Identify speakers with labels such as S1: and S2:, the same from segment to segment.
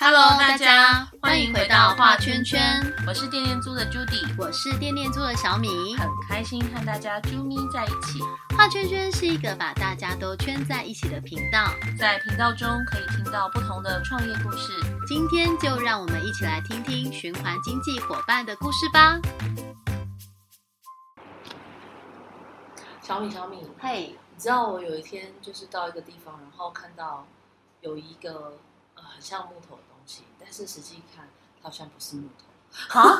S1: Hello，大家欢迎回到画圈圈，
S2: 我是店店租的 Judy，
S1: 我是店店做的小米。
S2: 很开心和大家啾咪在一起。
S1: 画圈圈是一个把大家都圈在一起的频道，
S2: 在频道中可以听到不同的创业故事。
S1: 今天就让我们一起来听听循环经济伙伴的故事吧。
S2: 小米，小米，你
S1: 嘿，
S2: 知道我有一天就是到一个地方，然后看到有一个呃很像木头的东西，但是实际看它好像不是木头，
S1: 啊，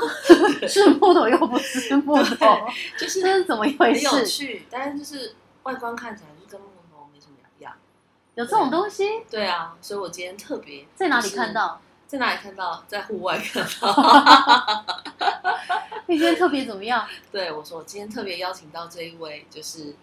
S1: 是木头又不是木头，
S2: 就是
S1: 这是怎么一回
S2: 很有
S1: 事？
S2: 趣，但是就是外观看起来就是跟木头没什么两样。
S1: 有这种东西
S2: 对啊，所以我今天特别
S1: 在哪里看？到？
S2: 在哪里看到？在户外看到。
S1: 那天特别怎么样？
S2: 对，我说我今天特别邀请到这一位，就是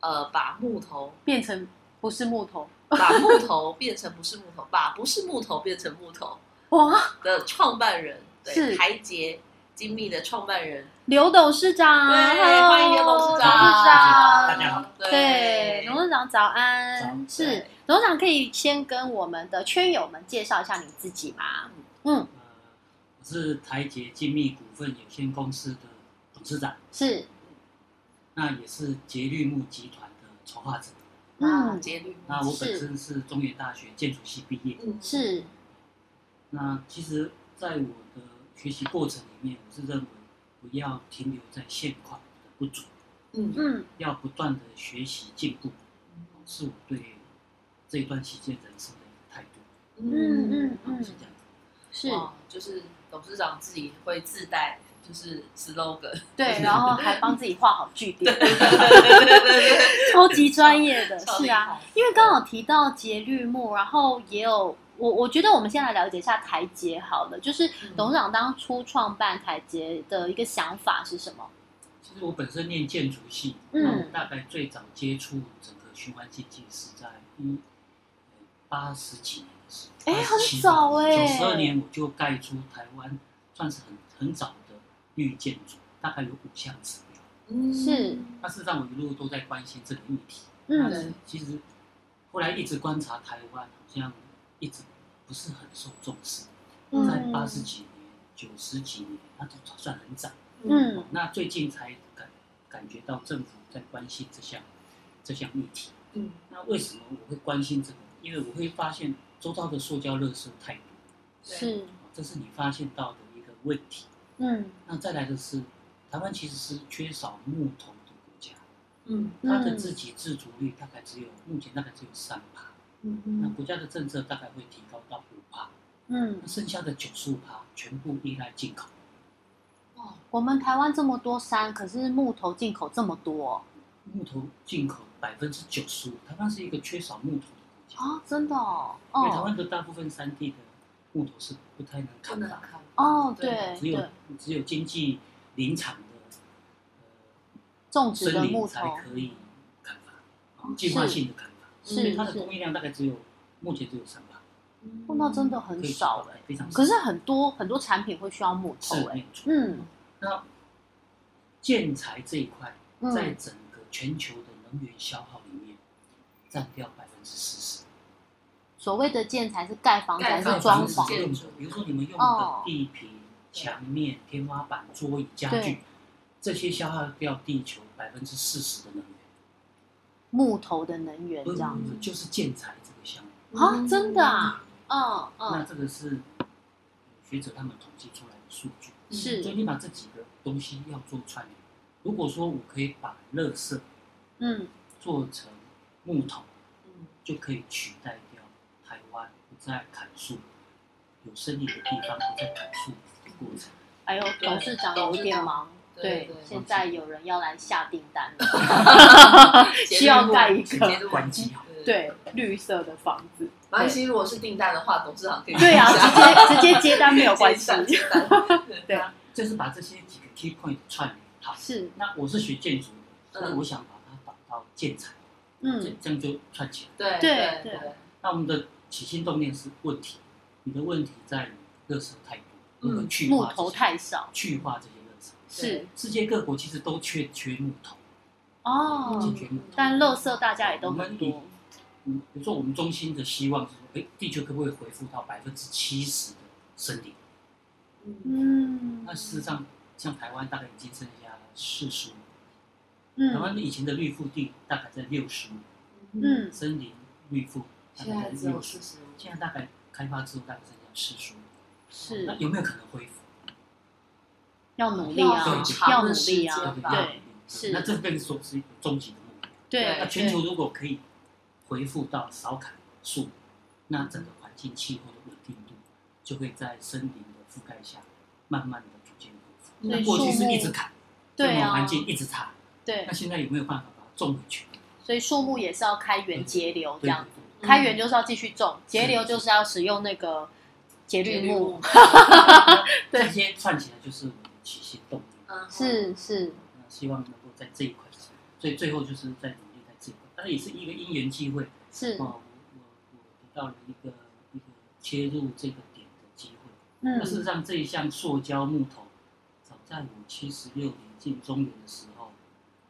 S2: 呃，把木头
S1: 变成不是木头？
S2: 把木头变成不是木头，把不是木头变成木头
S1: 哇，
S2: 的创办人，对，
S1: 是
S2: 台杰精密的创办人，
S1: 刘董事长，
S2: 对，
S1: Hello，
S2: 欢迎刘董事长，
S3: 大家好，
S1: 对，董事长早安。
S3: 早
S1: 是
S2: 对
S1: 董事长，可以先跟我们的圈友们介绍一下你自己吗？嗯，
S3: 呃，我是台捷精密股份有限公司的董事长，
S1: 是，
S3: 那也是捷绿木集团的筹划者。
S2: 啊，
S1: 嗯，
S2: 节律，
S3: 那我
S1: 是
S3: 本身是中原大学建筑系毕业。
S2: 嗯，
S1: 是，
S3: 那其实，在我的学习过程里面，我是认为不要停留在现况的不足，
S2: 嗯
S1: 嗯，
S3: 要不断的学习进步，哦是我对这一段期间人生的一个态度。
S1: 嗯嗯
S3: 嗯，
S1: 嗯
S3: 是，这样。
S1: 是
S2: 哇就是董事长自己会自带，就是 slogan，
S1: 对，然后还帮自己画好句点，
S2: 对对对对对，
S1: 超级专业 的，
S2: 超
S1: 是
S2: 厉
S1: 啊。
S2: 害，
S1: 因为刚好提到节律木，然后也有我，我觉得我们先来了解一下台捷好了，就是董事长当初创办台捷的一个想法是什么？
S3: 其实我本身念建筑系，
S1: 嗯
S3: 那我大概最早接触整个循环经济是在一八十几年的时候，
S1: 哎很早哎
S3: 九十二年我就盖出台湾算是很很早的绿建筑，大概有五项指标。
S2: 嗯
S1: 是
S3: 那事实上我一路都在关心这个议题，
S1: 嗯
S3: 但是其实后来一直观察台湾，好像一直不是很受重视，在
S1: 嗯
S3: 八十几年、九十几年，那都算很早。
S1: 嗯
S3: 那最近才感感觉到政府在关心这项这项议题。
S2: 嗯
S3: 那为什么我会关心这个？因为我会发现周遭的塑胶垃圾太多，
S1: 是
S3: 这是你发现到的一个问题。
S1: 嗯
S3: 那再来的是，台湾其实是缺少木头的国家，
S2: 嗯
S3: 它的自给自足率大概只有目前大概只有三趴，
S2: 嗯
S3: 那
S2: 嗯
S3: 国家的政策大概会提高到五趴，
S1: 嗯
S3: 那，剩下的九十五趴全部依赖进口。
S2: 哇
S1: 哦我们台湾这么多山，可是木头进口这么多
S3: 木头进口百分之九十五，台湾是一个缺少木头的国家。
S1: 啊、真的哦，
S3: 因为台
S1: 哦
S3: 湾的大部分山地的木头是不太能
S2: 不
S3: 砍
S2: 能
S3: 伐，
S2: 看
S1: 哦，
S2: 对
S1: 对
S3: 只有
S1: 对，
S3: 只有经济林场的
S1: 种
S3: 呃
S1: 植
S3: 森
S1: 的木
S3: 林
S1: 头
S3: 才可以砍伐，哦计划性的砍伐，
S2: 是
S3: 所以
S1: 是
S3: 它的
S1: 是，
S3: 供应量大概只有目前只有三趴，
S1: 木头哦真的很
S3: 可以
S1: 少
S3: 哎
S1: 哎，，
S3: 非常少。
S1: 可是很多很多产品会需要木头
S3: 是没
S1: 哎，
S3: 有错。
S1: 嗯
S3: 那建材这一块，在
S1: 嗯，
S3: 整个全球的能源消耗里面，占掉百分之四十。
S1: 所谓的建材是盖房子
S2: 盖
S1: 还是
S2: 房子
S1: 装
S2: 建
S1: 潢？
S3: 用的，比如说你们用
S1: 哦
S3: 的地皮、墙面、天花板、桌椅、家
S1: 对
S3: 具，这些消耗掉地球百分之四十的能源，
S1: 木头的能源这样
S2: 嗯
S3: 不就是建材这个项目。
S1: 啊，真的啊，嗯
S3: 那
S1: 嗯，
S3: 这个是学者他们统计出来的数据，
S1: 是
S3: 所以你把这几个东西要做串联。如果说我可以把垃圾
S1: 嗯
S3: 做成木头，
S2: 嗯
S3: 就可以取代掉台湾不再砍树，有森林的地方不再砍树的过程。
S1: 哎呦，
S2: 对
S1: 董事长有一点忙，
S2: 对对
S1: 现在有人要来下订单了。 需
S2: 需
S1: 要盖一
S3: 直
S1: 个
S3: 接关啊机好。
S1: 对，绿色的房子。
S2: 马来西亚如果是订单的话，董事长可以
S1: 对啊，
S2: 一下
S1: 直接直接接单没有关系。
S2: 接下订单
S1: 对
S3: 就是把这些几个 key point 串联好。
S1: 是，
S3: 那我是学建筑的，
S2: 嗯
S3: 那我想把它打到建材，这
S1: 嗯
S3: 这样就串起来。
S2: 对对
S1: 对
S2: 对，
S3: 那我们的起心动念是问题，你的问题在于垃圾太多，
S2: 嗯
S3: 如何去
S1: 木
S3: 化这些
S1: 头太少，
S3: 去化这些垃圾。
S1: 是
S3: 世界各国其实都缺缺木头，
S1: 哦
S3: 解。决木头。
S1: 但垃圾大家也都很
S3: 我们以
S1: 多，
S3: 嗯，比如说我们中心的希望是说，哎，地球可不可以恢复到百分之七十的森林？
S2: 嗯
S1: 嗯，
S3: 那事实上，像台湾大概已经剩下四十五，台
S1: 嗯
S3: 湾以前的绿腹地大概在六十五，
S2: 嗯，
S1: 嗯
S3: 森林绿腹大
S2: 现
S3: 概在
S2: 在只有
S3: 六
S2: 四
S3: 十，
S2: 十五，
S3: 现在大概开发之后大概剩下四十五，哦那
S1: 是
S3: 有没有可能恢复？
S1: 要努力啊，
S3: 要
S1: 要
S2: 长的
S1: 努力啊
S2: 时，间吧
S1: 对，是
S3: 那这跟你说是一个终极的目标。
S1: 对，
S3: 那全球如果可以恢复到少砍树，那整个环境气候的稳定度就会在森林的覆盖下，慢慢的逐渐恢复。
S1: 对
S3: 那过去
S1: 树
S3: 是
S1: 木
S3: 一直砍，
S1: 对
S3: 这
S1: 对
S3: 种
S1: 啊，
S3: 环境一直差，
S1: 对
S3: 那，现在有没有办法把它种回去？
S1: 所以树木也是要开源节流这
S3: 对
S1: 样，
S3: 对
S1: 开源就是要继续种，节流
S3: 是
S1: 就是要使用那个节
S2: 节
S1: 律
S2: 律
S1: 木
S2: 木，
S3: 对，这些串起来就是我们的起心动念。
S2: 嗯，
S1: 是是，
S3: 那希望能够在这一块上，所以最后就是在努力在这一块，但是也是一个因缘际会。
S2: 嗯
S1: 是
S3: 哦，我我我得到了一个一个切入这个点的机会。
S1: 嗯
S3: 那事实上，这一项塑胶木头，早在我七十六年进中原的时候，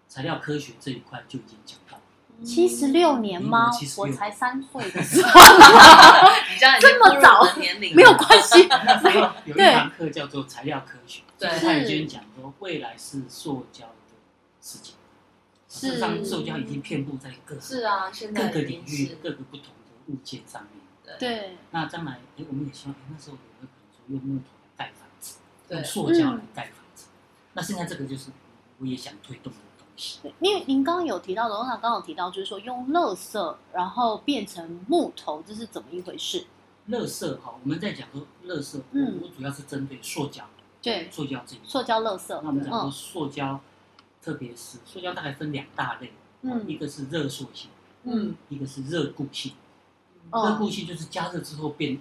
S3: 材料科学这一块就已经讲 到了。
S1: 七十六年吗
S3: 嗯？76
S1: 我才三岁的时 候，
S2: 你这样已经
S1: 这么
S2: 步入
S1: 早
S2: 我的年龄了
S1: 没有关系，
S3: 那时候有一
S1: 对
S3: 堂课叫做材料科学，
S2: 对
S3: 就是他已经讲说未来是塑胶的事情。事实上，
S1: 是
S3: 塑胶已经遍布在各
S2: 是啊，现
S3: 各
S2: 在
S3: 个
S2: 已
S3: 领
S2: 经
S3: 域
S2: 是、
S3: 各个不同的物件上面。
S1: 对，
S3: 那将来，哎，我们也希望，哎，那时候有没有可能说用木头来盖房子，
S2: 对
S3: 用塑
S1: 嗯
S3: 胶来盖房子？那现在这个就是我也想推动的东西。
S1: 对，因为您刚刚有提到，董事长刚刚有提到，就是说用垃圾然后变成木头，这是怎么一回事？
S3: 垃圾哈，我们在讲说垃圾，
S1: 嗯
S3: 我主要是针对塑胶，
S1: 对，
S3: 塑胶这一块。
S1: 塑胶垃
S3: 那我们
S1: 圾，
S3: 讲说
S1: 嗯
S3: 塑胶，特别是塑胶大概分两大类，一
S1: 嗯
S3: 个是热塑性，
S1: 嗯，
S3: 一个是热固性。
S2: 嗯
S1: 哦
S3: 热固性就是加热之后变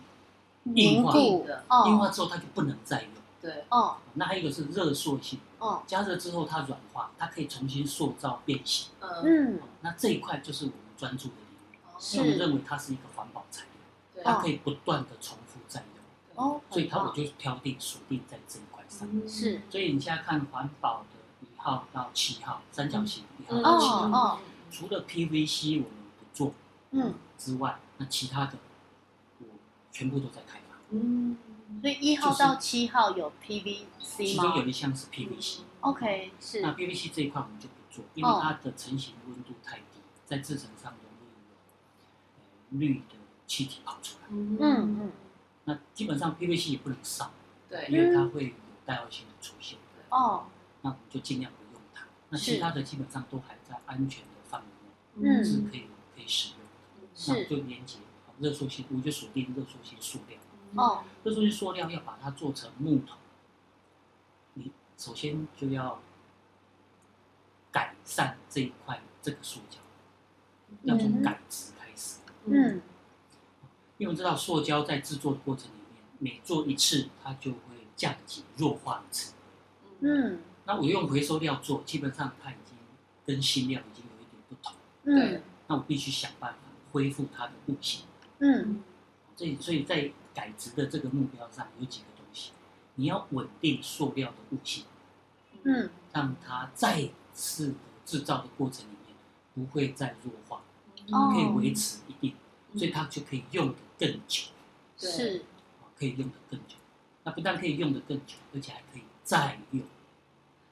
S1: 凝
S3: 硬化
S1: 固
S2: 的，
S1: 哦
S3: 硬化之后它就不能再用。
S2: 对，
S1: 哦
S3: 那还有一个是热塑性，
S1: 哦，
S3: 加热之后它软化，它可以重新塑造变形。
S2: 嗯，哦
S1: 嗯
S3: 那这一块就是我们专注的领域，
S1: 是
S3: 因为我们认为它是一个环保材料，
S2: 对，
S3: 它可以不断的重复再用，
S1: 哦，
S3: 所以它
S1: 很
S3: 我
S1: 棒
S3: 就挑定锁定在这一块上。
S2: 嗯
S1: 是
S3: 所以你现在看环保的一号到七号三角形一号
S2: 嗯
S3: 到七号，
S1: 哦哦
S3: 除了 PVC 我们不做
S1: 嗯，
S3: 之外，那其他的我全部都在开发，
S2: 嗯，
S1: 所以一号到七号有 PVC
S3: 其中有
S1: 吗嗯
S3: 一项是 PVC。
S1: ？OK，是
S3: 那 PVC 这一块我们就不做，因为
S1: 哦
S3: 它的成型温度太低，在制成上容易有呃氯的气体跑出来。
S2: 嗯
S1: 嗯嗯
S3: 那基本上 PVC 也不能烧，因
S2: 对，
S3: 为它会有带药性的出现。
S1: 哦
S3: 那我们就尽量不用它。那其
S1: 是
S3: 他的基本上都还在安全的范围内，
S1: 嗯
S3: 是可以可以使用的。那我
S1: 是
S3: 就连接好热塑性，我就锁定热塑性塑料。
S1: 哦，
S3: 热塑性塑料要把它做成木头，你首先就要改善这一块这个塑胶，要从
S1: 嗯
S3: 改质开始。
S1: 嗯
S3: 因为我们知道塑胶在制作的过程里面，每做一次它就会降级弱化一次。
S1: 嗯
S3: 那我用回收料做，基本上它已经跟新料已经有一点不同。
S1: 嗯
S3: 那我必须想办法恢复它的物性。
S1: 嗯
S3: 所以，所以在改值的这个目标上有几个东西，你要稳定塑料的物性，
S1: 嗯
S3: 让它再次的制造的过程里面不会再弱化，
S1: 哦嗯
S3: 可以维持一定，所以它就可以用的更久。
S2: 对
S1: 是
S3: 啊可以用的更久。那不但可以用的更久，而且还可以再用。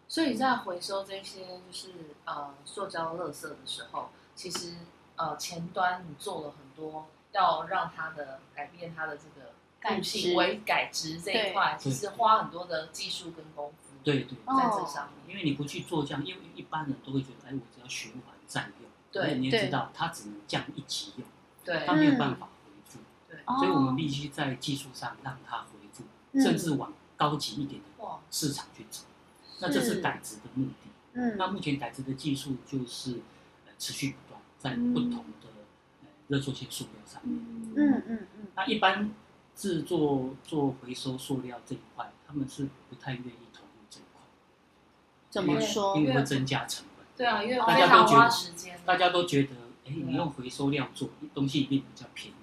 S2: 所以在回收这些就是呃塑胶垃圾的时候，其实呃前端你做了很多要让它的改变它的这个
S1: 改
S2: 固
S1: 质
S2: 性为改值这一块，其实花很多的技术跟功夫
S3: 对对，
S1: 哦
S2: 在这上面。
S3: 因为你不去做这样，因为一般人都会觉得，哎，我只要循环再用。
S2: 对
S3: 可是你也
S1: 对嗯
S3: 知道，它只能降一级用，
S2: 对
S3: 它没有办法回复，
S1: 哦，
S3: 所以我们必须在技术上让它回复，
S1: 嗯
S3: 甚至往高级一点的
S2: 哇，
S3: 市场去走。那这是改值的目的。
S1: 嗯
S3: 那目前改制的技术就是呃持续不断，在
S2: 嗯
S3: 不同的呃热塑性塑料上面。
S1: 嗯嗯嗯
S3: 那一般制作做回收塑料这一块，他们是不太愿意投入这一块，
S1: 怎么
S3: 因为
S1: 说
S3: 因为会增加成本。
S2: 对啊，因为
S3: 大
S2: 非
S3: 家都
S2: 常
S3: 觉得
S2: 花时间，
S3: 大家都觉得，哎，你用回收料做东西一定比较便宜，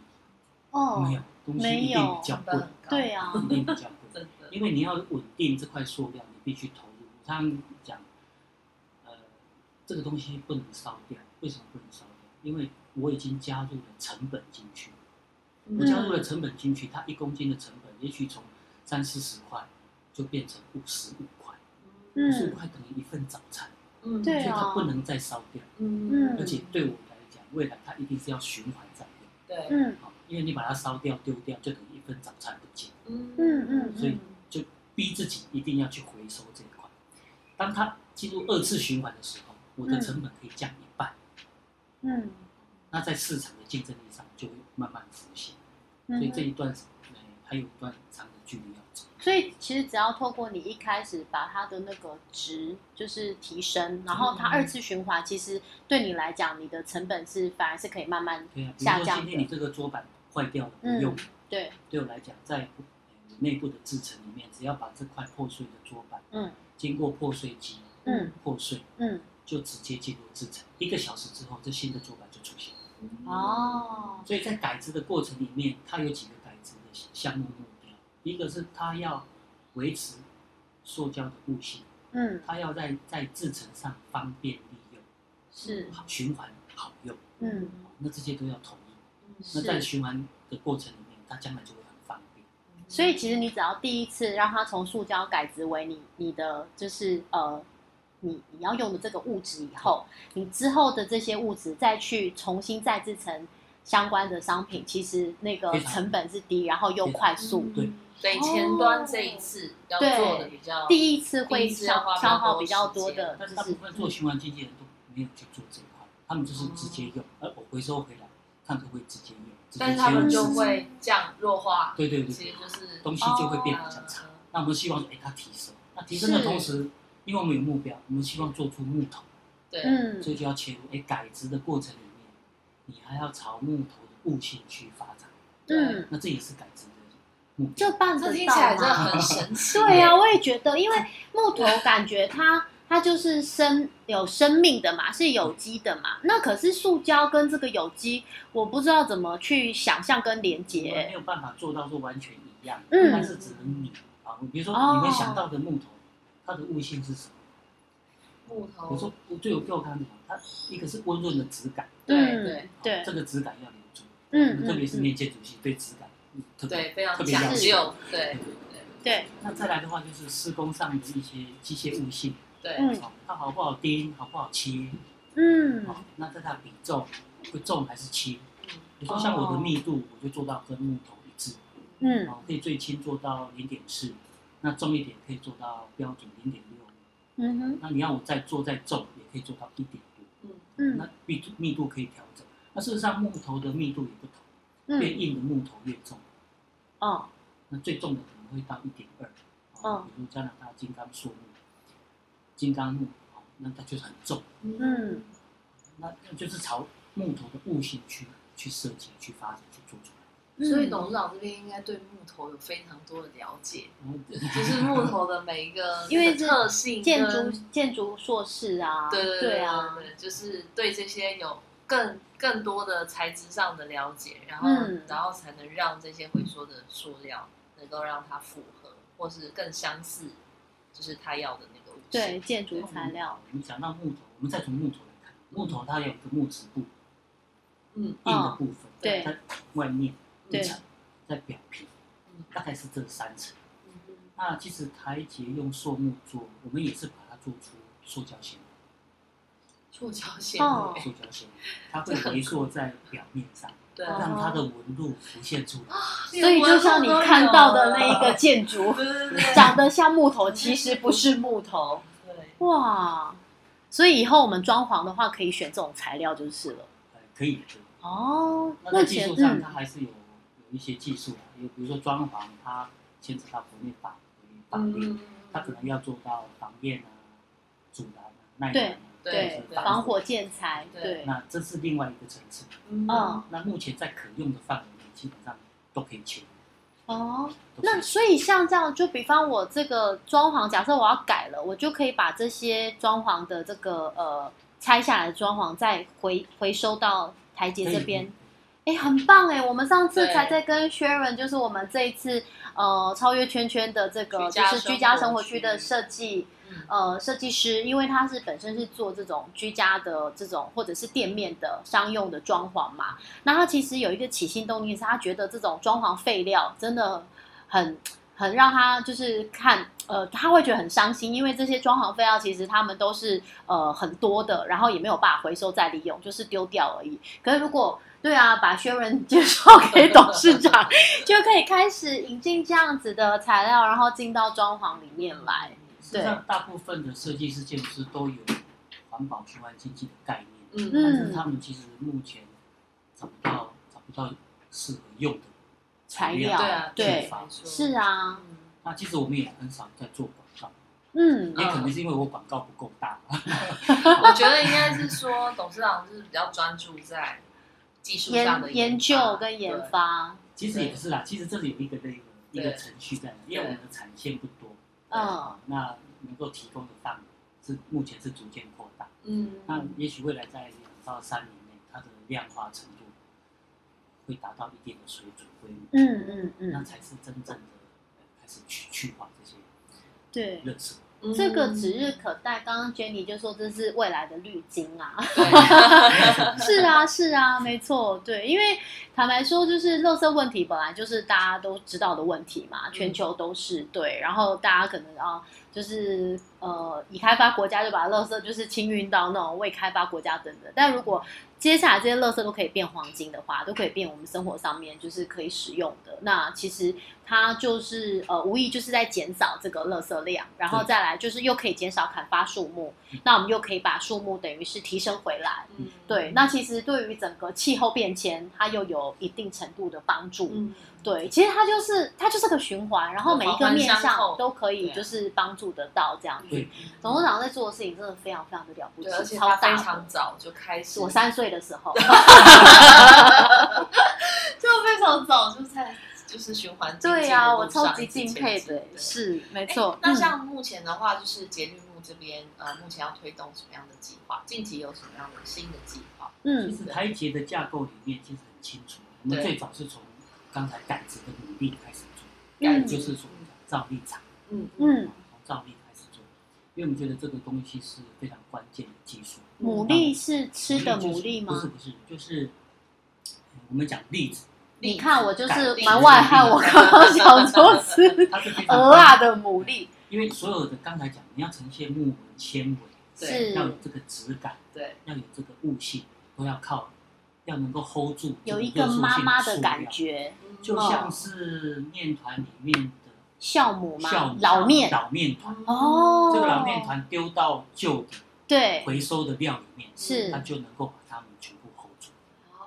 S1: 哦
S3: 没有，东西
S1: 没
S3: 一定
S1: 有
S3: 比较
S2: 成
S3: 贵
S2: 本，很高，
S1: 对啊，
S3: 一定比较贵。
S2: 真的，
S3: 因为你要稳定这块塑料，你必须投入。我常常讲，呃，这个东西不能烧掉，为什么不能烧掉？因为我已经加入了成本进去，
S1: 嗯
S3: 我加入了成本进去，它一公斤的成本也许从三四十块就变成五十五块，五十五
S1: 嗯
S3: 块等于一份早餐，
S2: 嗯
S1: 对
S3: 所以
S1: 啊
S3: 它不能再烧掉，
S2: 嗯
S1: 嗯
S3: 而且对我来讲，未来它一定是要循环再用，
S2: 对，
S1: 嗯
S3: 好，因为你把它烧掉丢掉，就等于一份早餐不见，
S2: 嗯
S1: 嗯
S3: 所以就逼自己一定要去回收这一块。当它进入二次循环的时候，我的
S1: 嗯
S3: 成本可以降一半，
S1: 嗯
S3: 那在市场的竞争力上就会慢慢浮现。
S1: 嗯，
S3: 所以这一段，呃，还有一段长的距离要走。
S1: 所以其实只要透过你一开始把它的那个值就是提升，然后它
S2: 嗯
S1: 二次循环，其实对你来讲，你的成本是反而是可以慢慢
S3: 对啊，比如
S1: 下
S3: 说
S1: 降
S3: 今天你这个桌板坏掉了，不
S1: 嗯
S3: 用，
S1: 对，
S3: 对我来讲，在呃我内部的制程里面，只要把这块破碎的桌板
S1: 嗯
S3: 经过破碎机
S1: 嗯
S3: 破碎，
S1: 嗯，
S3: 就直接进入制程，一个小时之后，这新的桌板就出现了。
S2: 嗯
S1: 哦，
S3: 所以在改制的过程里面，它有几个改制的项目目标，一个是它要维持塑胶的物性，
S1: 嗯
S3: 它要在在制程上方便利用，
S1: 是，
S3: 好循环好用。
S1: 嗯
S3: 那这些都要统一。那在
S1: 是，
S3: 循环的过程里面，它将来就会很方便。
S1: 所以其实你只要第一次让它从塑胶改植为你你的就是呃。你你要用的这个物质以后，你之后的这些物质再去重新再制成相关的商品，其实那个
S3: 非常
S1: 成本是低，然后又
S3: 非常
S1: 快
S2: 嗯
S1: 速，
S3: 对
S2: 所以前端这一次要做的比较，
S1: 第一次会
S2: 第一次要
S1: 消
S2: 花比较多
S1: 消耗比较多的，
S3: 但
S1: 就是
S3: 大部
S1: 是
S3: 分做循环经纪人都没有去做这一块，他们就是直接用，而我回收回来，看可不可以直接用。直接
S2: 但是他们
S3: 切
S2: 就
S3: 入市场
S2: 会降弱化，
S3: 对对
S2: 其
S3: 对
S2: 实
S3: 对，
S2: 就是呃
S3: 东西就会变比较差。那我们希望说，哎，它提升。那提升的同时，因为我们有目标，我们希望做出木头，
S2: 对，
S1: 嗯
S3: 所以就要切入。哎，改植的过程里面，你还要朝木头的悟性去发展，
S1: 嗯，
S3: 那这也是改植的目标。
S1: 就办
S2: 这
S1: 得
S2: 听起来
S1: 到
S2: 真的
S1: 吗？
S2: 很嗯神奇。
S1: 对啊呀、我也觉得，因为木头感觉它它就是生有生命的嘛，是有机的嘛。那可是塑胶跟这个有机，我不知道怎么去想象跟连
S3: 我们
S1: 接。
S3: 没有办法做到说完全一样，
S1: 嗯
S3: 但是只能你啊，比如说
S1: 哦
S3: 你会想到的木头，它的悟性是什么？
S2: 木头，
S3: 我说我对我对我刚刚讲，它一个是温润的质感，啊
S2: 对对
S1: 嗯对
S3: 这个质感要留住，
S1: 嗯
S3: 特别是
S1: 嗯
S3: 面建主席对质感嗯特别
S2: 对，非常
S3: 特别
S2: 讲
S3: 讲
S2: 究
S3: 究，
S2: 对
S1: 对，
S3: 那再来的话就是施工上的一些机械悟性，
S2: 对，
S1: 嗯
S3: 哦它好不好钉，好不好切，
S1: 嗯
S3: 哦，那在它的比重会重还是轻？比如说像我的密度，我就做到跟木头一致，
S1: 哦嗯
S3: 哦，可以最轻做到零点四，那重一点可以做到标准零点六。
S1: 嗯哼
S3: 那你要我再做再重，也可以做到一点多。
S2: 嗯
S1: 嗯
S3: 那密度密度可以调整。那事实上木头的密度也不同，越
S1: 嗯
S3: 硬的木头越重，
S1: 哦
S3: 那最重的可能会到一点二。
S1: 嗯
S3: 哦，比如加拿大金刚树木、金刚木，哦，那它就是很重。
S1: 嗯
S3: 那那就是朝木头的悟性去去设计、去发展、去做出
S2: 嗯
S1: 嗯
S3: 来。
S2: 所以董事长这边应该对木头有非常多的了解，
S3: 然后
S2: 就是木头的每一个
S1: 因为是
S2: 特性、
S1: 建筑建筑硕士啊，
S2: 对对
S1: 对啊，
S2: 对，就是对这些有更更多的材质上的了解，然后、
S1: 嗯
S2: 然后才能让这些回收的塑料能够让它符合，或是更相似，就是他要的那个物质。
S1: 对建筑材料，。
S3: 我们讲到木头，我们再从木头来看，木头它有一个木质部
S2: 嗯，
S3: 硬的部分，
S1: 哦对
S3: 在外面
S1: 对
S3: 一层，在表皮
S2: 嗯，
S3: 大概是这三层。
S2: 嗯哼
S3: 那其实台阶用塑木做，我们也是把它做出塑胶纤维，
S2: 触角纤
S1: 哦
S2: 维，
S3: 塑胶纤维，它会围塑在表面上，
S2: 对，
S1: 哦
S3: 让它的纹路浮现出来。
S1: 所以就像你看到的 那 一个
S2: 对，
S1: 建筑，
S2: 对对对，
S1: 长得 像木头，其实不是木头。
S2: 对，
S1: 哇！所以以后我们装潢的话，可以选这种材料就是了。
S3: 呃，可以可以。
S1: 哦，
S3: 那
S1: 目
S3: 在技
S1: 前
S3: 术上，
S1: 嗯
S3: 它还是有有一些技术啊，有比如说装潢，它牵扯到国内法规法律，
S2: 嗯，
S3: 它可能要做到防焰啊、阻燃啊、耐
S1: 对
S3: 燃啊，
S1: 对
S3: 就是
S1: 防火建材，对，
S3: 那这是另外一个层次。
S1: 嗯，
S3: 那目前在可用的范围内，基本上都可以切入。
S1: 哦，
S3: 都可以
S1: 那所以像这样，就比方我这个装潢，假设我要改了，我就可以把这些装潢的这个呃拆下来的装潢再回回收到台阶这边。，哎，很棒哎！我们上次
S2: 对
S1: 才在跟 Sharon，就是我们这一次呃超越圈圈的这个
S2: 居
S1: 就
S2: 家
S1: 是居
S2: 生
S1: 家
S2: 活
S1: 生活
S2: 区
S1: 区的设计
S2: 嗯
S1: 呃设计师，因为他是本身是做这种居家的这种或者是店面的商用的装潢嘛，那他其实有一个起心动念是，他觉得这种装潢废料真的很很让他就是看呃，他会觉得很伤心，因为这些装潢废料其实他们都是呃很多的，然后也没有办法回收再利用，就是丢掉而已。可是如果对啊，把薛仁介绍给董事长，就可以开始引进这样子的材料，然后进到装潢里面来。
S3: 事实上，大部分的设计师、建筑师都有环保循环经济的概念，
S2: 嗯
S1: 嗯
S3: 但是他们其实目前找不到找不到适合用的材料
S1: 材
S2: 对
S1: 料
S2: 啊，
S1: 对
S2: 没错
S1: 是啊，
S2: 嗯
S3: 那其实我们也很少在做广告，
S1: 嗯
S2: 啊
S3: 也可能是因为我广告不够大。
S2: 我觉得应该是说董事长就是比较专注在技术上
S1: 研
S2: 的
S1: 研
S2: 发
S1: 究跟研
S2: 对
S1: 发，
S3: 其实也不是啦，其实这里有一个那个一个程序在，因为我们的产线不多，
S1: 嗯
S3: 啊，那能够提供的范围是目前是逐渐扩大。
S2: 嗯
S3: 那也许未来在两到三年内，它的量化程度会达到一定的水准规模，
S1: 嗯嗯
S3: 那
S1: 嗯，
S3: 才是真正的呃开始去去化这些
S1: 对。
S3: 热色。
S2: 嗯
S1: 这个指日可待。刚刚 Jenny 就说这是未来的滤镜啊，是啊，是啊，没错，对，因为坦白说，就是垃圾问题本来就是大家都知道的问题嘛，全球都是对，然后大家可能啊，就是呃，已开发国家就把垃圾就是清运到那种未开发国家等等，但如果接下来这些垃圾都可以变黄金的话，都可以变我们生活上面就是可以使用的。那其实它就是呃，无意就是在减少这个垃圾量，然后
S3: 对
S1: 再来就是又可以减少砍伐树木，那我们又可以把树木等于是提升回来。
S2: 嗯
S1: 对，那其实对于整个气候变迁，它又有一定程度的帮助。
S2: 嗯
S1: 对，其实它就是它就是个循环，然后每一个
S2: 环环
S1: 面
S2: 相
S1: 向
S2: 扣
S1: 都可以
S2: 对啊
S1: 就是帮助得到这样子
S3: 对。
S1: 董事长在做的事情真的非常非常的了不
S2: 对，而
S1: 起，
S2: 且
S1: 超
S2: 他
S1: 大
S2: 非
S1: 的。
S2: 常早就开始，
S1: 是我三岁的时候，
S2: 就非常早就在就是循环经济的路上
S1: 对呀、我超级敬佩
S2: 一直前
S1: 的
S2: 进，对
S1: 是没
S2: 哎
S1: 错。
S2: 那
S1: 嗯
S2: 像目前的话，就是节律木这边呃，目前要推动什么样的计划？近期有什么样的新的计划？
S3: 其
S1: 嗯
S3: 实台阶的架构里面其实很清楚，我们
S2: 对
S3: 最早是从刚才感知的努力开始做，
S2: 感
S1: 嗯
S2: 觉
S3: 就是所谓的造立场，
S2: 嗯
S1: 嗯，
S3: 从造立开始做，因为我们觉得这个东西是非常关键的技术。
S1: 牡
S2: 嗯
S1: 蛎是吃的牡蛎
S3: 不是
S1: 吗？
S3: 不是，就是呃我们讲例子，
S1: 你看我就是
S2: 感
S1: 蛮外汉，我刚刚想 说吃
S3: 它是非常
S1: 鹅啊的牡蛎，
S3: 因为所有的刚才讲，你要呈现木纹纤维，
S2: 对
S1: 是
S3: 要有这个质感，
S2: 对，
S3: 要有这个悟性，都要靠，要能够 hold 住这
S1: 有一
S3: 个
S1: 个
S3: 热塑性
S1: 妈妈的
S3: 塑
S1: 感
S3: 料，
S1: 觉，哦
S3: 就
S2: 嗯
S3: 像是面团里面的
S1: 酵母
S3: 酵
S1: 吗？
S3: 母
S1: 老面
S3: 老面团，
S1: 哦，
S3: 这个老面团丢到旧的
S1: 对，
S3: 回收的料里面，
S1: 是
S3: 它就能够把它们全部 hold 住，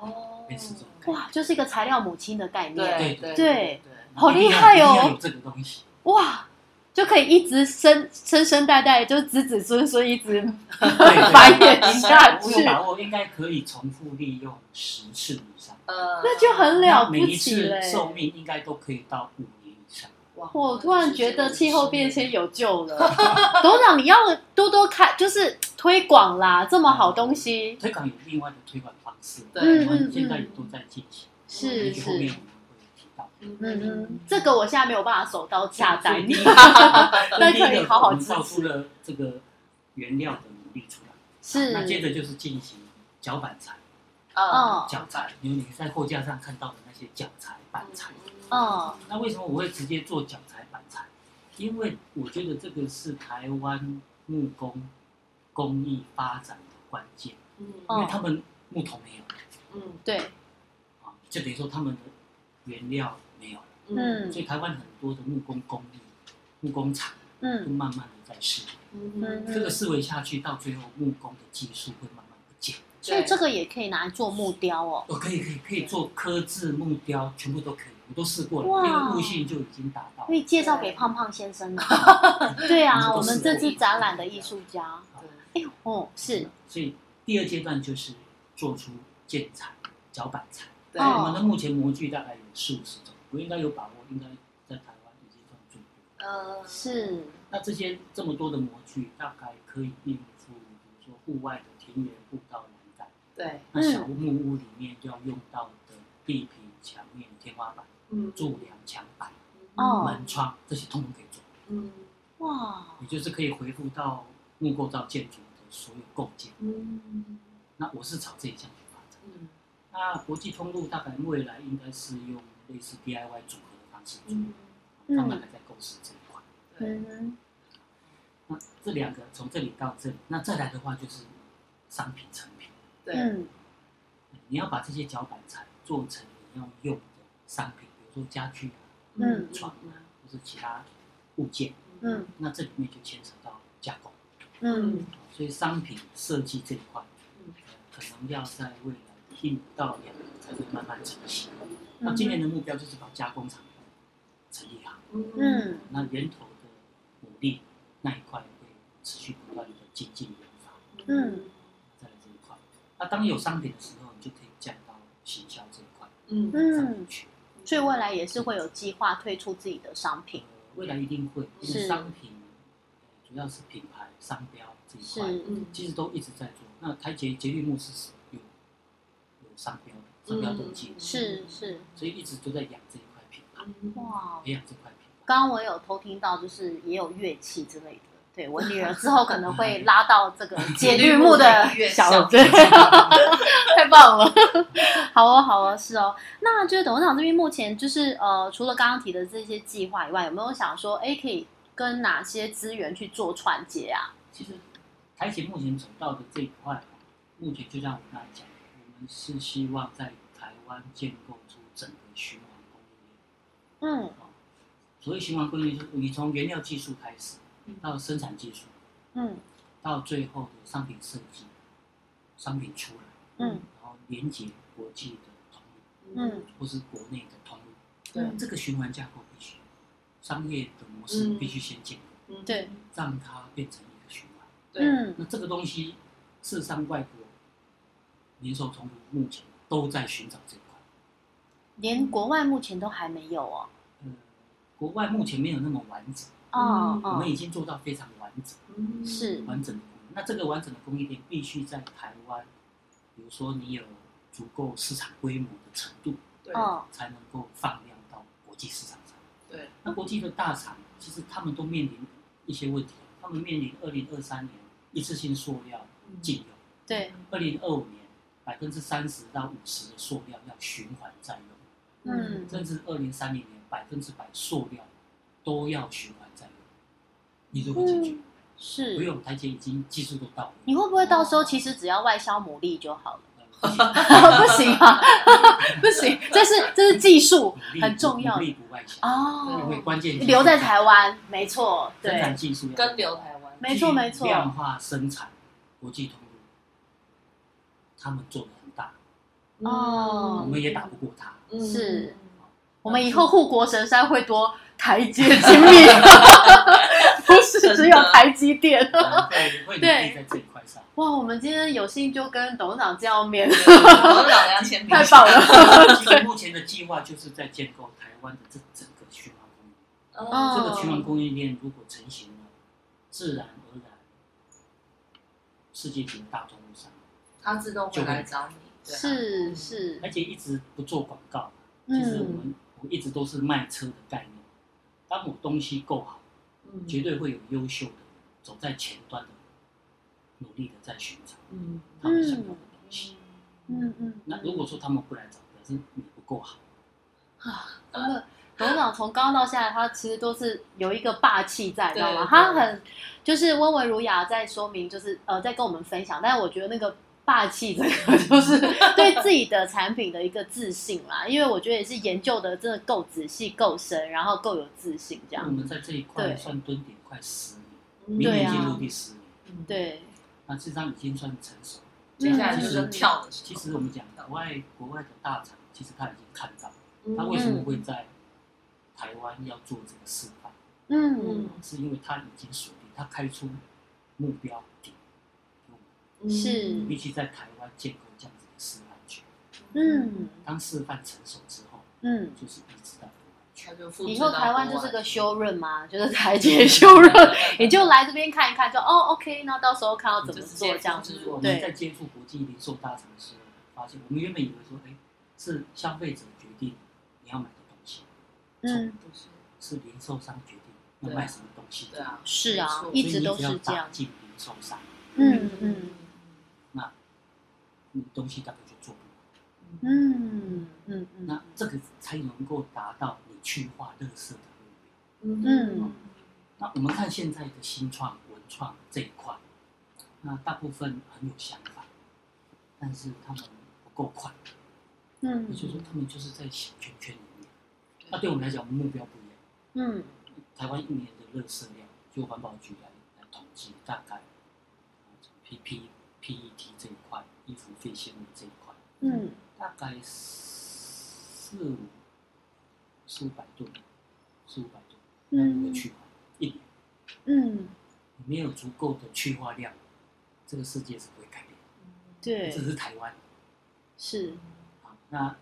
S2: 哦
S3: 类似这种概念。
S1: 哇，就是一个材料母亲的概念，
S2: 对
S3: 对对
S2: 对
S1: 好
S3: 一定
S1: 厉
S3: 要
S1: 害
S3: 一定
S1: 哦
S3: 要有这个 东西。
S1: 哇，就可以一直生生生代代，就子子孙孙一 直
S3: 对
S1: 繁衍下
S3: 我
S1: 去
S3: 有，把握，应该可以重复利用十次以上。
S2: 呃，
S1: 那就很了
S3: 那
S1: 啊不
S3: 每一
S1: 起嘞
S3: 次。寿命应该都可以到五年以上。
S2: 哇
S1: 我突然觉得气候变迁有救了， 董事长，你要多多开，就是推广啦，这么好东西，
S3: 推广有另外的推广方式，
S2: 对
S3: 我
S1: 嗯嗯嗯
S3: 们
S1: 嗯
S3: 现在也都在进行，也
S1: 是
S3: 许后面
S1: 是
S3: 我，们会提到。
S2: 嗯
S1: 嗯嗯，这个我现在没有办法手刀下单
S3: 所 以，
S1: 但可以好好
S3: 我
S1: 支
S3: 们造出
S1: 持，
S3: 了这个原料的努力出来，
S1: 是
S3: 那接着就是进行脚板材、
S1: 嗯
S3: 脚材，因为你在货架上看到的那些脚材、板材。
S1: 嗯
S3: 那为什么我会直接做脚材、板材？因为我觉得这个是台湾木工工艺发展的关键，
S2: 嗯
S3: 因为
S1: 嗯
S3: 他们木头没有
S2: 嗯
S1: 对，
S3: 啊，就等于说他们的原料没有，
S2: 嗯
S1: 嗯
S3: 所以台湾很多的木工工艺、木工厂都
S1: 嗯
S3: 慢慢的在式微，
S2: 嗯，
S3: 这个思维下去，到最后木工的技术会慢慢不见。
S1: 所以这个也可以拿来做木雕哦，
S3: 哦，可以可以可以做刻字、木雕，全部都可以，我都试过
S1: 哇
S3: 了，那个悟性就已经达到
S1: 可
S3: 了。
S1: 以介绍给胖胖先生啊，对啊，我们这次展览的艺术家，哎呦，哦，是，
S3: 所以第二阶段就是做出建材、脚板材。
S2: 对
S1: 哦
S3: 我们的目前模具大概有四五十种，我应该有把握，应该在台湾已经算最多。
S2: 呃
S1: 是，
S3: 那这些这么多的模具，大概可以应付，比如说户外的田园步道栏杆，
S2: 对
S1: 嗯
S3: 那小木屋里面要用到的地皮、墙面、天花板、
S2: 嗯
S3: 柱梁、墙板、
S1: 哦
S3: 门窗，这些通通可以做。
S2: 嗯
S1: 哇，
S3: 也就是可以回复到木构造建筑的所有构件。
S2: 嗯
S3: 那我是朝这一项去发展。
S2: 嗯
S3: 那国际通路大概未来应该是用类似 DIY 组合的方式做，
S2: 嗯，
S3: 他们
S1: 嗯
S3: 还在构思这一块。
S2: 对，
S1: 嗯
S3: 那这两个从这里到这里，那再来的话就是商品成品，
S2: 对，
S1: 嗯
S3: 你要把这些脚板材做成你要用的商品，比如说家具啊，
S1: 嗯
S3: 床啊，或是其他物件。
S1: 嗯
S3: 那这里面就牵扯到加工，
S1: 嗯
S3: 所以商品设计这一块，
S2: 嗯
S3: 呃可能要在未来一到两年才会慢慢成型。那
S1: 嗯
S3: 哦今年的目标就是把加工厂成立好，
S1: 嗯
S3: 那源头的努力那一块会持续不断的精进研发，
S1: 嗯
S3: 再来这一块。那当有商品的时候，你就可以降到行销这一块
S2: 嗯嗯
S3: 上面
S1: 嗯，
S3: 去。
S1: 所以未来也是会有计划推出自己的商品，
S3: 呃未来一定会，因为
S1: 是
S3: 商品呃主要是品牌、商标这一块。
S1: 是
S2: 嗯
S3: 其实都一直在做。那台捷捷运木是有有商标的，商标登记的，
S1: 是是，
S3: 所以一直都在养这一块品牌，
S1: 哇，
S3: 培养这块品牌。
S1: 刚刚我有偷听到，就是也有乐器之类的。对我女儿之后可能会拉到这个解律木的小对， 太棒了，好哦，好哦，是哦。那就是董事长这边目前就是呃，除了刚刚提的这些计划以外，有没有想说，哎，可以跟哪些资源去做串接啊？
S3: 其实台捷目前走到的这一块啊，目前就像我刚才讲的，我们是希望在台湾建构出整个循环供应链。
S1: 嗯
S3: 哦，所谓循环供应链，就是你从原料技术开始
S2: 嗯，
S3: 到生产技术，
S1: 嗯
S3: 到最后的商品设计、商品出来，
S1: 嗯
S3: 然后连接国际的通路。
S1: 嗯
S3: 或是国内的通路，
S2: 对
S3: 这个循环架构必须，商业的模式必须先建立，
S2: 嗯
S1: 对
S3: 让它变成一个循环。
S2: 对
S1: 嗯
S3: 那这个东西，事实上外国零售通路目前都在寻找这一块，
S1: 连国外目前都还没有哦。
S3: 呃，国外目前没有那么完整，
S1: 哦
S2: 嗯
S3: 我
S1: 哦
S3: 们，已经做到非常完整，
S1: 是
S3: 完整的供应。那这个完整的供应链必须在台湾，比如说你有足够市场规模的程度，
S2: 对
S1: 哦，
S3: 才能够放量到国际市场上。
S2: 对
S3: 那国际的大厂其实他们都面临一些问题，他们面临二零二三年一次性塑料禁用，
S1: 对，
S3: 二零二五年百分之三十到五十的塑料要循环再用，
S1: 嗯
S3: 甚至二零三零年百分之百塑料都要循环再用，你如何解决？不
S1: 是。
S3: 用台阶已经技术都到
S1: 嗯你
S3: 位，
S1: 会不会到时候其实只要外销牡蛎就好了？
S3: 呃而
S1: 不行啊，不行，这是这是技术
S3: 且
S1: 很重要
S3: 努力不外销，因为
S1: 哦，
S3: 关键
S1: 留在台湾，没错，
S3: 生
S1: 对
S3: 产，技术要
S2: 跟流台湾
S1: 没错没错，
S3: 量化生产国际通路，他们做的很大，
S1: 哦
S3: 我们也打不过他。
S1: 嗯我们以后护国神山会多台阶精密，不是只有台积电。
S3: 我们会会努力在这一块上。
S1: 哇，我们今天有幸就跟董事长见面，
S2: 我老娘前
S1: 嗯太棒
S3: 啊
S1: 了。
S3: 其实目前的计划就是在建构台湾的这整个循环供应链。
S2: 嗯
S1: 哦
S3: 这个循环供应链如果成型了，自然而然，世界级的大通路上，
S2: 它自动会来找你，对啊
S1: 是是，
S3: 而且一直不做广告。其实我
S1: 嗯
S3: 们我一直都是卖车的概念。当我东西够好，
S2: 嗯
S3: 绝对会有优秀的走在前端的人，努力的在寻找
S2: 嗯
S3: 他们想要的东西。
S1: 嗯嗯，
S3: 那如果说他们不来找，表示你不够好。
S1: 真的， 董事长从刚刚到现在，他其实都是有一个霸气在，你知道吗
S2: 对？
S1: 他很就是温文儒雅，在说明，就是呃，在跟我们分享。但是我觉得那个霸气，这 个就是对自己的产品的一个自信啦。因为我觉得也是研究的真的够仔细、够深，然后够有自信这
S3: 那
S2: 嗯
S3: 我
S1: 样。
S3: 们在这一块
S1: 对
S3: 算蹲点快十年，明
S1: 对
S3: 年
S1: 啊
S3: 进入第十年，
S1: 对，嗯
S3: 那事实上已经算成熟。
S2: 接下来就是跳的时候
S3: 其实我们讲国外国外的大厂，其实他已经看到，
S1: 嗯
S3: 他为什么会在台湾要做这个示范，
S1: 嗯，
S3: 是因为他已经锁定，他开出目标点，
S2: 嗯
S1: 是
S3: 必须在台湾建构这样子的示范区。
S1: 嗯
S3: 当示范成熟之后，
S1: 嗯，
S3: 就是一直到国外去。
S2: 它就复制
S1: 以后
S2: 到
S1: 台湾
S2: 国
S1: 就是
S2: 外
S1: 个修润嘛，就是 台 阶修润，你就来这边看一看，就哦，OK，那到时候看要怎么做这样
S3: 就
S1: 子
S3: 是我，们
S1: 对
S3: 在，接触国际零售大厂的时候，发现我们原本以为说，哎，是消费者决定你要买的东西，
S1: 嗯
S2: 不是
S3: 是零售商决定那
S2: 对啊
S3: 卖什么东西？
S2: 对啊，
S1: 是啊
S2: 没，错
S1: 一直都
S3: 所以你
S1: 是
S3: 只
S1: 这
S3: 要打
S1: 样。
S3: 进零售商，
S1: 嗯嗯
S3: 你东西大概就做不完。
S2: 嗯
S1: 嗯嗯嗯
S3: 那，这个才能够达到你去化垃圾的目标。
S2: 嗯
S1: 嗯
S3: 那我们看现在的新创、文创这一块，那大部分很有想法，但是他们不够快，也
S1: 嗯
S3: 就是说他们就是在小圈圈里面。
S2: 对
S3: 那对我们来讲，我们目标不一样。
S1: 嗯
S3: 台湾一年的垃圾量，就环保局来来统计，大概呃从 P P P E T 这一块，衣服废纤维这一块，
S1: 嗯
S3: 大概四五四五百吨，四五百吨，那如何去化？一年
S1: 嗯，
S3: 你没有足够的去化量，这个世界是不会改变的。
S1: 对
S3: 这，是台湾
S1: 是，
S3: 啊，那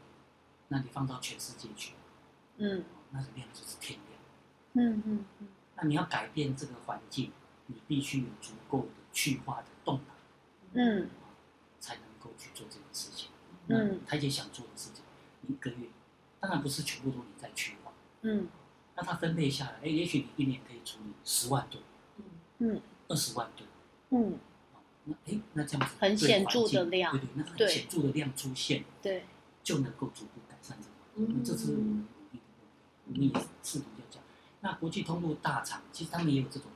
S3: 那你放到全世界去，
S1: 嗯
S3: 那个量就是天量。
S1: 嗯嗯嗯
S3: 那你要改变这个环境，你必须有足够的去化的动能。
S1: 嗯
S3: 才能够去做这件事情。
S1: 嗯
S3: 那台姐想做的事情，你一个月当然不是全部都你在去化，
S1: 嗯
S3: 那它分类下来，哎，也许你一年可以处理十万吨、二十万吨，
S1: 嗯，
S3: 哦那哎，那这样子
S1: 很
S3: 对
S1: 显
S3: 环
S1: 著
S3: 境
S1: 的量
S3: 对对，那很
S1: 对
S3: 显著的量出现，
S1: 对，
S3: 就能够逐步改善这个环境。
S2: 嗯
S3: 这是我们努力的目标，我们也试图要讲。那国际通路大厂其实他们也有这种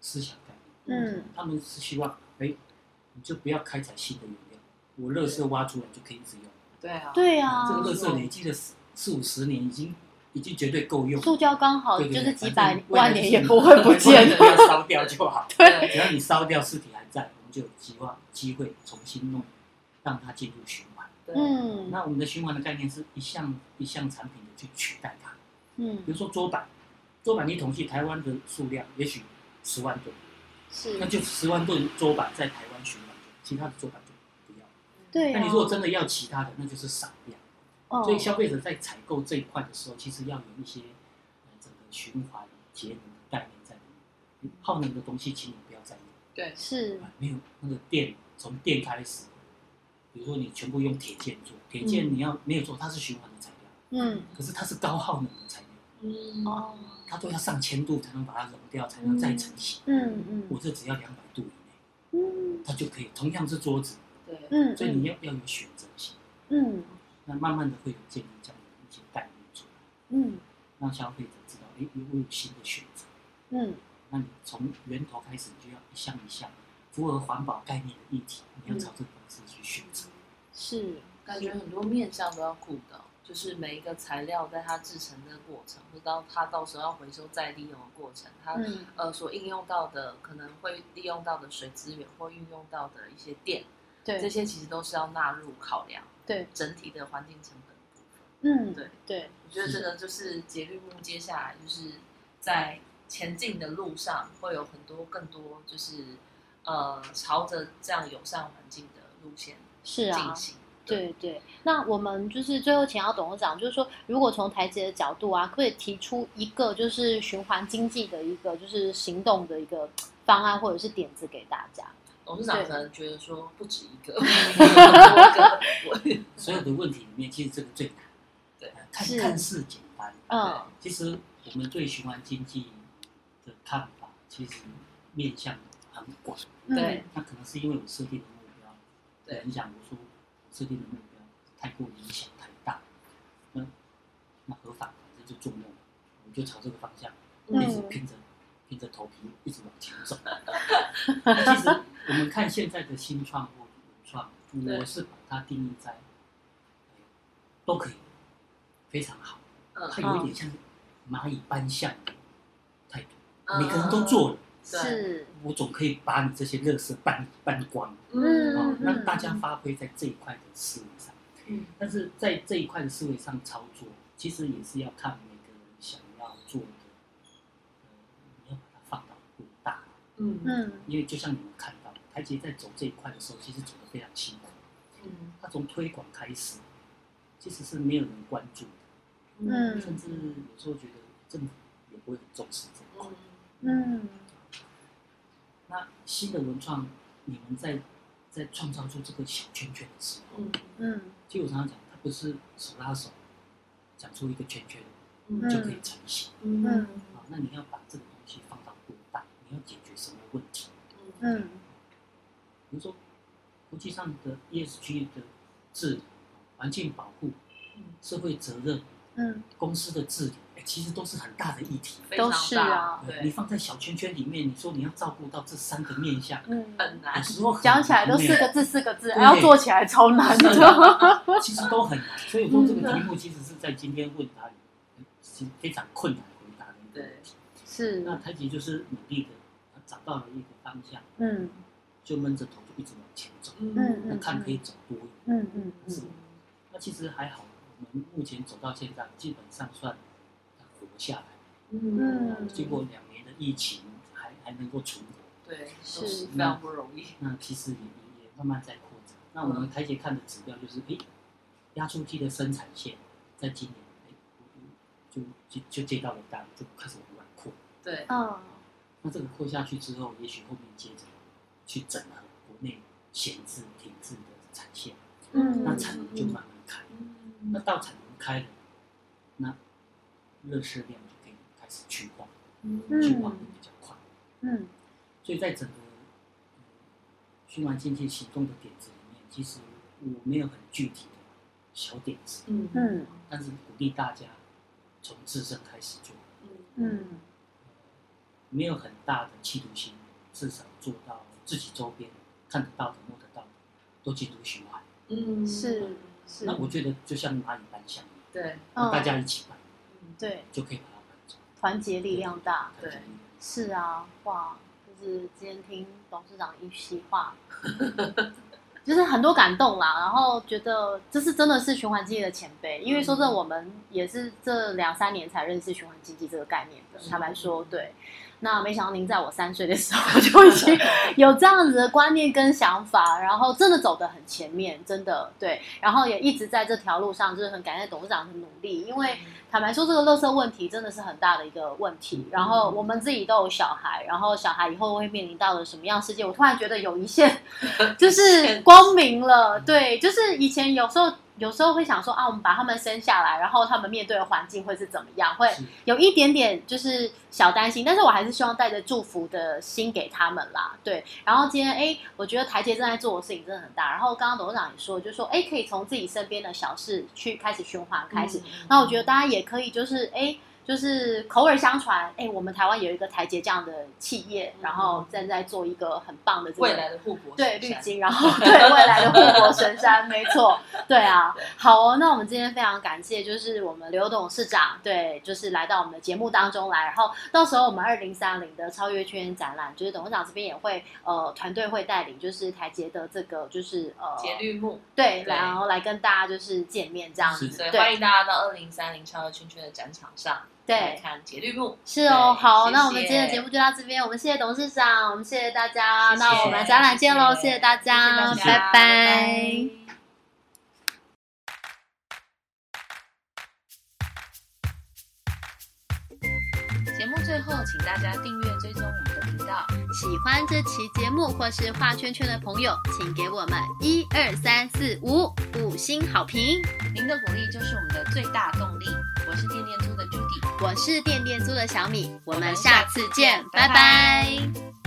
S3: 思想概念，
S1: 嗯
S3: 他们是希望，哎，你就不要开采新的原料，我垃圾挖出来就可以一直用。
S2: 对啊，
S1: 对
S3: 这
S1: 啊
S3: 个，垃圾累积了四四五十年，已经已经绝对够用。
S1: 塑胶刚好
S3: 对
S1: 就
S3: 对
S1: 是
S3: 对
S1: 几
S3: 反
S1: 百
S3: 正未来
S1: 万
S3: 就是，
S1: 年也不会不见
S3: 要烧掉就好。
S2: 对
S3: 只要你烧掉，尸体还在，我们就有机会机会重新弄，让它进入循环。
S2: 对，
S1: 嗯
S3: 那我们的循环的概念是一项一项产品的去取代它。比
S1: 嗯
S3: 如说桌板，桌板你统计台湾的数量，也许十万吨，
S1: 是
S3: 那，就十万吨桌板在台湾循环，其他的桌板就不要。
S1: 对
S3: 那
S1: 啊
S3: 你如，果真的要其他的，那就是少量。
S1: 哦
S3: 所以消费者在采购这一块的时候，其实要有一些呃整个循环节能的概念在里面。嗯耗能的东西，请你不要再用，
S2: 对，
S1: 是
S3: 啊，没有那个电，从电开始，比如说你全部用铁件做，铁件你要没有做，它是循环的材料，
S1: 嗯
S3: 可是它是高耗能的材料，
S2: 嗯
S1: 哦
S3: 它都要上千度才能把它融掉，才能再成型。
S1: 嗯嗯
S3: 我这只要两百度以内，
S1: 嗯
S3: 它就可以。同样是桌子，
S2: 对，
S1: 嗯，
S3: 所以你要要有选择性，
S1: 嗯
S3: 那慢慢的会有建立这样的一些概念出来。
S1: 嗯
S3: 让消费者知道，哎，我有新的选择。
S1: 嗯
S3: 那你从源头开始，你就要一项一项符合环保概念的议题，你要朝这个方式去选择。
S1: 是，
S2: 感觉很多面向都要顾到，就是每一个材料在它制成的过程，或到它到时候要回收再利用的过程，它、
S1: 嗯
S2: 呃所应用到的可能会利用到的水资源或运用到的一些电，这
S1: 对
S2: 些其实都是要纳入考量
S1: 对
S2: 整体的环境成本的部分。
S1: 嗯
S2: 对
S1: 对
S2: 我觉得这个就是节律木接下来就是在前进的路上会有很多更多就是呃朝着这样友善环境的路线
S1: 是啊
S2: 进，行。
S1: 对对，那我们就是最后请到董事长，就是说，如果从台积的角度啊，可以提出一个就是循环经济的一个就是行动的一个方案或者是点子给大家。
S2: 董事长
S1: 对嗯
S2: 可能觉得说不止一个， 很多个
S3: 所有的问题里面，其实这个最难。
S2: 嗯对
S3: 呃，看
S1: 是
S3: 看似简单，
S1: 嗯
S3: 其实我们对循环经济的看法，其实面向很广。
S1: 嗯
S2: 对，
S3: 那可能是因为我设定的目标，
S2: 对
S3: 影响我说我设定的目标太过影响太大，那那何妨反正就做梦，我们就朝这个方向
S2: 嗯
S3: 一直拼着拼着头皮一直往前走。 其实我们看现在的新创或文创，
S2: 对
S3: 我是把它定义在、呃都可以，非常好，
S2: 嗯
S3: 它有一点像蚂蚁搬象的态度，
S2: 嗯，
S3: 每个人都做了。
S2: 对，
S1: 是，
S3: 我总可以把你这些乐色搬搬光，
S1: 嗯
S3: 哦，让大家发挥在这一块的思维上。
S2: 嗯
S3: 但是在这一块的思维上操作，其实也是要看每个人想要做的，呃，你要把它放到多大。
S2: 嗯嗯
S1: 嗯
S3: 因为就像你们看到，台积在走这一块的时候，其实走得非常辛苦。
S2: 嗯
S3: 它从推广开始，其实是没有人关注的，
S1: 嗯
S3: 甚至有时候觉得政府也不会很重视这一块。
S1: 嗯
S3: 那新的文创，你们在在创造出这个小圈圈的时候，
S2: 嗯
S1: 嗯
S3: 其实我常常讲，它不是手拉手讲出一个圈圈
S2: 嗯
S3: 就可以成型。
S2: 嗯
S3: 啊那你要把这个东西放到多大？你要解决什么问题？
S2: 嗯
S1: 嗯
S3: 比如说国际上的 ESG 的治理、环境保护、
S2: 嗯，
S3: 社会责任、
S1: 嗯，
S3: 公司的治理，哎，其实都是很大的议题。
S2: 非
S1: 都
S2: 常
S1: 是
S2: 大，
S1: 啊，
S3: 你
S2: 对，
S3: 放在小圈圈里面，你说你要照顾到这三个面向，
S1: 嗯，
S2: 很难
S3: 有，时候很
S1: 讲起来都
S3: 难
S1: 四个字四个字，
S3: 对
S1: 还要做起来超难的。
S3: 其实都很难。所以说这个题目其实是在今天问答里是非常困难回答的一个问题。
S1: 是，
S3: 那太极就是努力的找到了一个方向，
S1: 嗯
S3: 就闷着头就一直往前走，
S1: 嗯
S3: 那看可以走多远。
S1: 嗯嗯嗯
S3: 是，那其实还好，我们目前走到现在，基本上算活下来。
S1: 嗯
S3: 经过两年的疫情，还还能够存活，
S2: 对，都
S1: 是
S2: 是非常不容易，
S3: 那其实也也也慢慢在扩展。那我们台姐看的指标就是，诶，压缩机的生产线在今年，诶，就就就接到了单，就开始往外扩。
S2: 对，
S1: 嗯
S3: 那这个扩下去之后，也许后面接着去整合国内闲置停滞的产线，
S1: 嗯
S3: 那产能就慢慢开。那
S2: 嗯
S3: 到产能开了，那热射量就可以开始去化，去化的比较快。
S1: 嗯
S3: 所以在整个嗯循环经济行动的点子里面，其实我没有很具体的小点子，
S2: 嗯
S1: 嗯
S3: 但是鼓励大家从自身开始做，
S1: 嗯
S3: 没有很大的企图心，至少做到自己周边看得到的、摸得到的都进入循环。
S2: 嗯
S1: 是是
S3: 那我觉得就像蚂蚁搬箱一样，
S2: 对，
S1: 嗯，
S3: 大家一起搬，
S2: 嗯
S1: 对
S3: 就可以把它搬走。
S1: 团结力量大，
S2: 对
S3: 看起来
S1: 是啊，哇，就是今天听董事长一席话。就是很多感动啦，然后觉得这是真的是循环经济的前辈，因为说真的，我们也是这两三年才认识循环经济这个概念的。
S2: 嗯
S1: 坦白说，对，那没想到您在我三岁的时候就已经有这样子的观念跟想法，然后真的走得很前面，真的对，然后也一直在这条路上，就是很感谢董事长的努力，因为坦白说，这个垃圾问题真的是很大的一个问题。然后我们自己都有小孩，然后小孩以后会面临到的什么样的世界，我突然觉得有一 线就是光明了。对，就是以前有时候有时候会想说啊，我们把他们生下来，然后他们面对的环境会是怎么样，会
S3: 是
S1: 有一点点就是小担心，但是我还是希望带着祝福的心给他们啦。对，然后今天哎，我觉得台阶正在做的事情真的很大。然后刚刚董事长也说，就说哎，可以从自己身边的小事去开始循环，开始
S2: 嗯
S1: 那我觉得大家也可以就是哎、诶就是口耳相传，哎、我们台湾有一个台阶这样的企业，然后正在做一个很棒的这
S2: 嗯未
S1: 个。
S2: 来的互补
S1: 对绿金，然后 对未来的护国神山，没错，对啊，好哦。那我们今天非常感谢，就是我们刘董事长，对，就是来到我们的节目当中来。然后到时候我们二零三零的超越圈展览，就是董事长这边也会呃团队会带领，就是台阶的这个就是呃
S2: 节律木，
S1: 对，
S2: 对
S1: 然后来跟大家就是见面这样子
S3: 是，
S2: 所以
S1: 哦对
S2: 欢迎大家到二零三零超额圈圈的展场上来
S1: 对。
S2: 看节律木，
S1: 是哦，
S2: 对
S1: 好，
S2: 谢
S1: 那我们今天的
S2: 谢
S1: 节目就到这边，我们谢谢董事长，我们谢谢大家，
S2: 谢谢
S1: 那我们展览见喽，
S2: 谢谢
S1: 谢谢大家，
S2: 谢谢大家
S1: 拜拜
S2: 节目最后，请大家订阅追踪我们的频道。
S1: 喜欢这期节目或是画圈圈的朋友，请给我们一二三四五五星好评。
S2: 您的鼓励就是我们的最大动力。我是甜甜猪的 Judy。
S1: 我是电电猪的小米，我
S2: 我
S1: 们
S2: 们
S1: 下
S2: 下次
S1: 次见
S2: 见，
S1: 拜
S2: 拜
S1: 拜
S2: 拜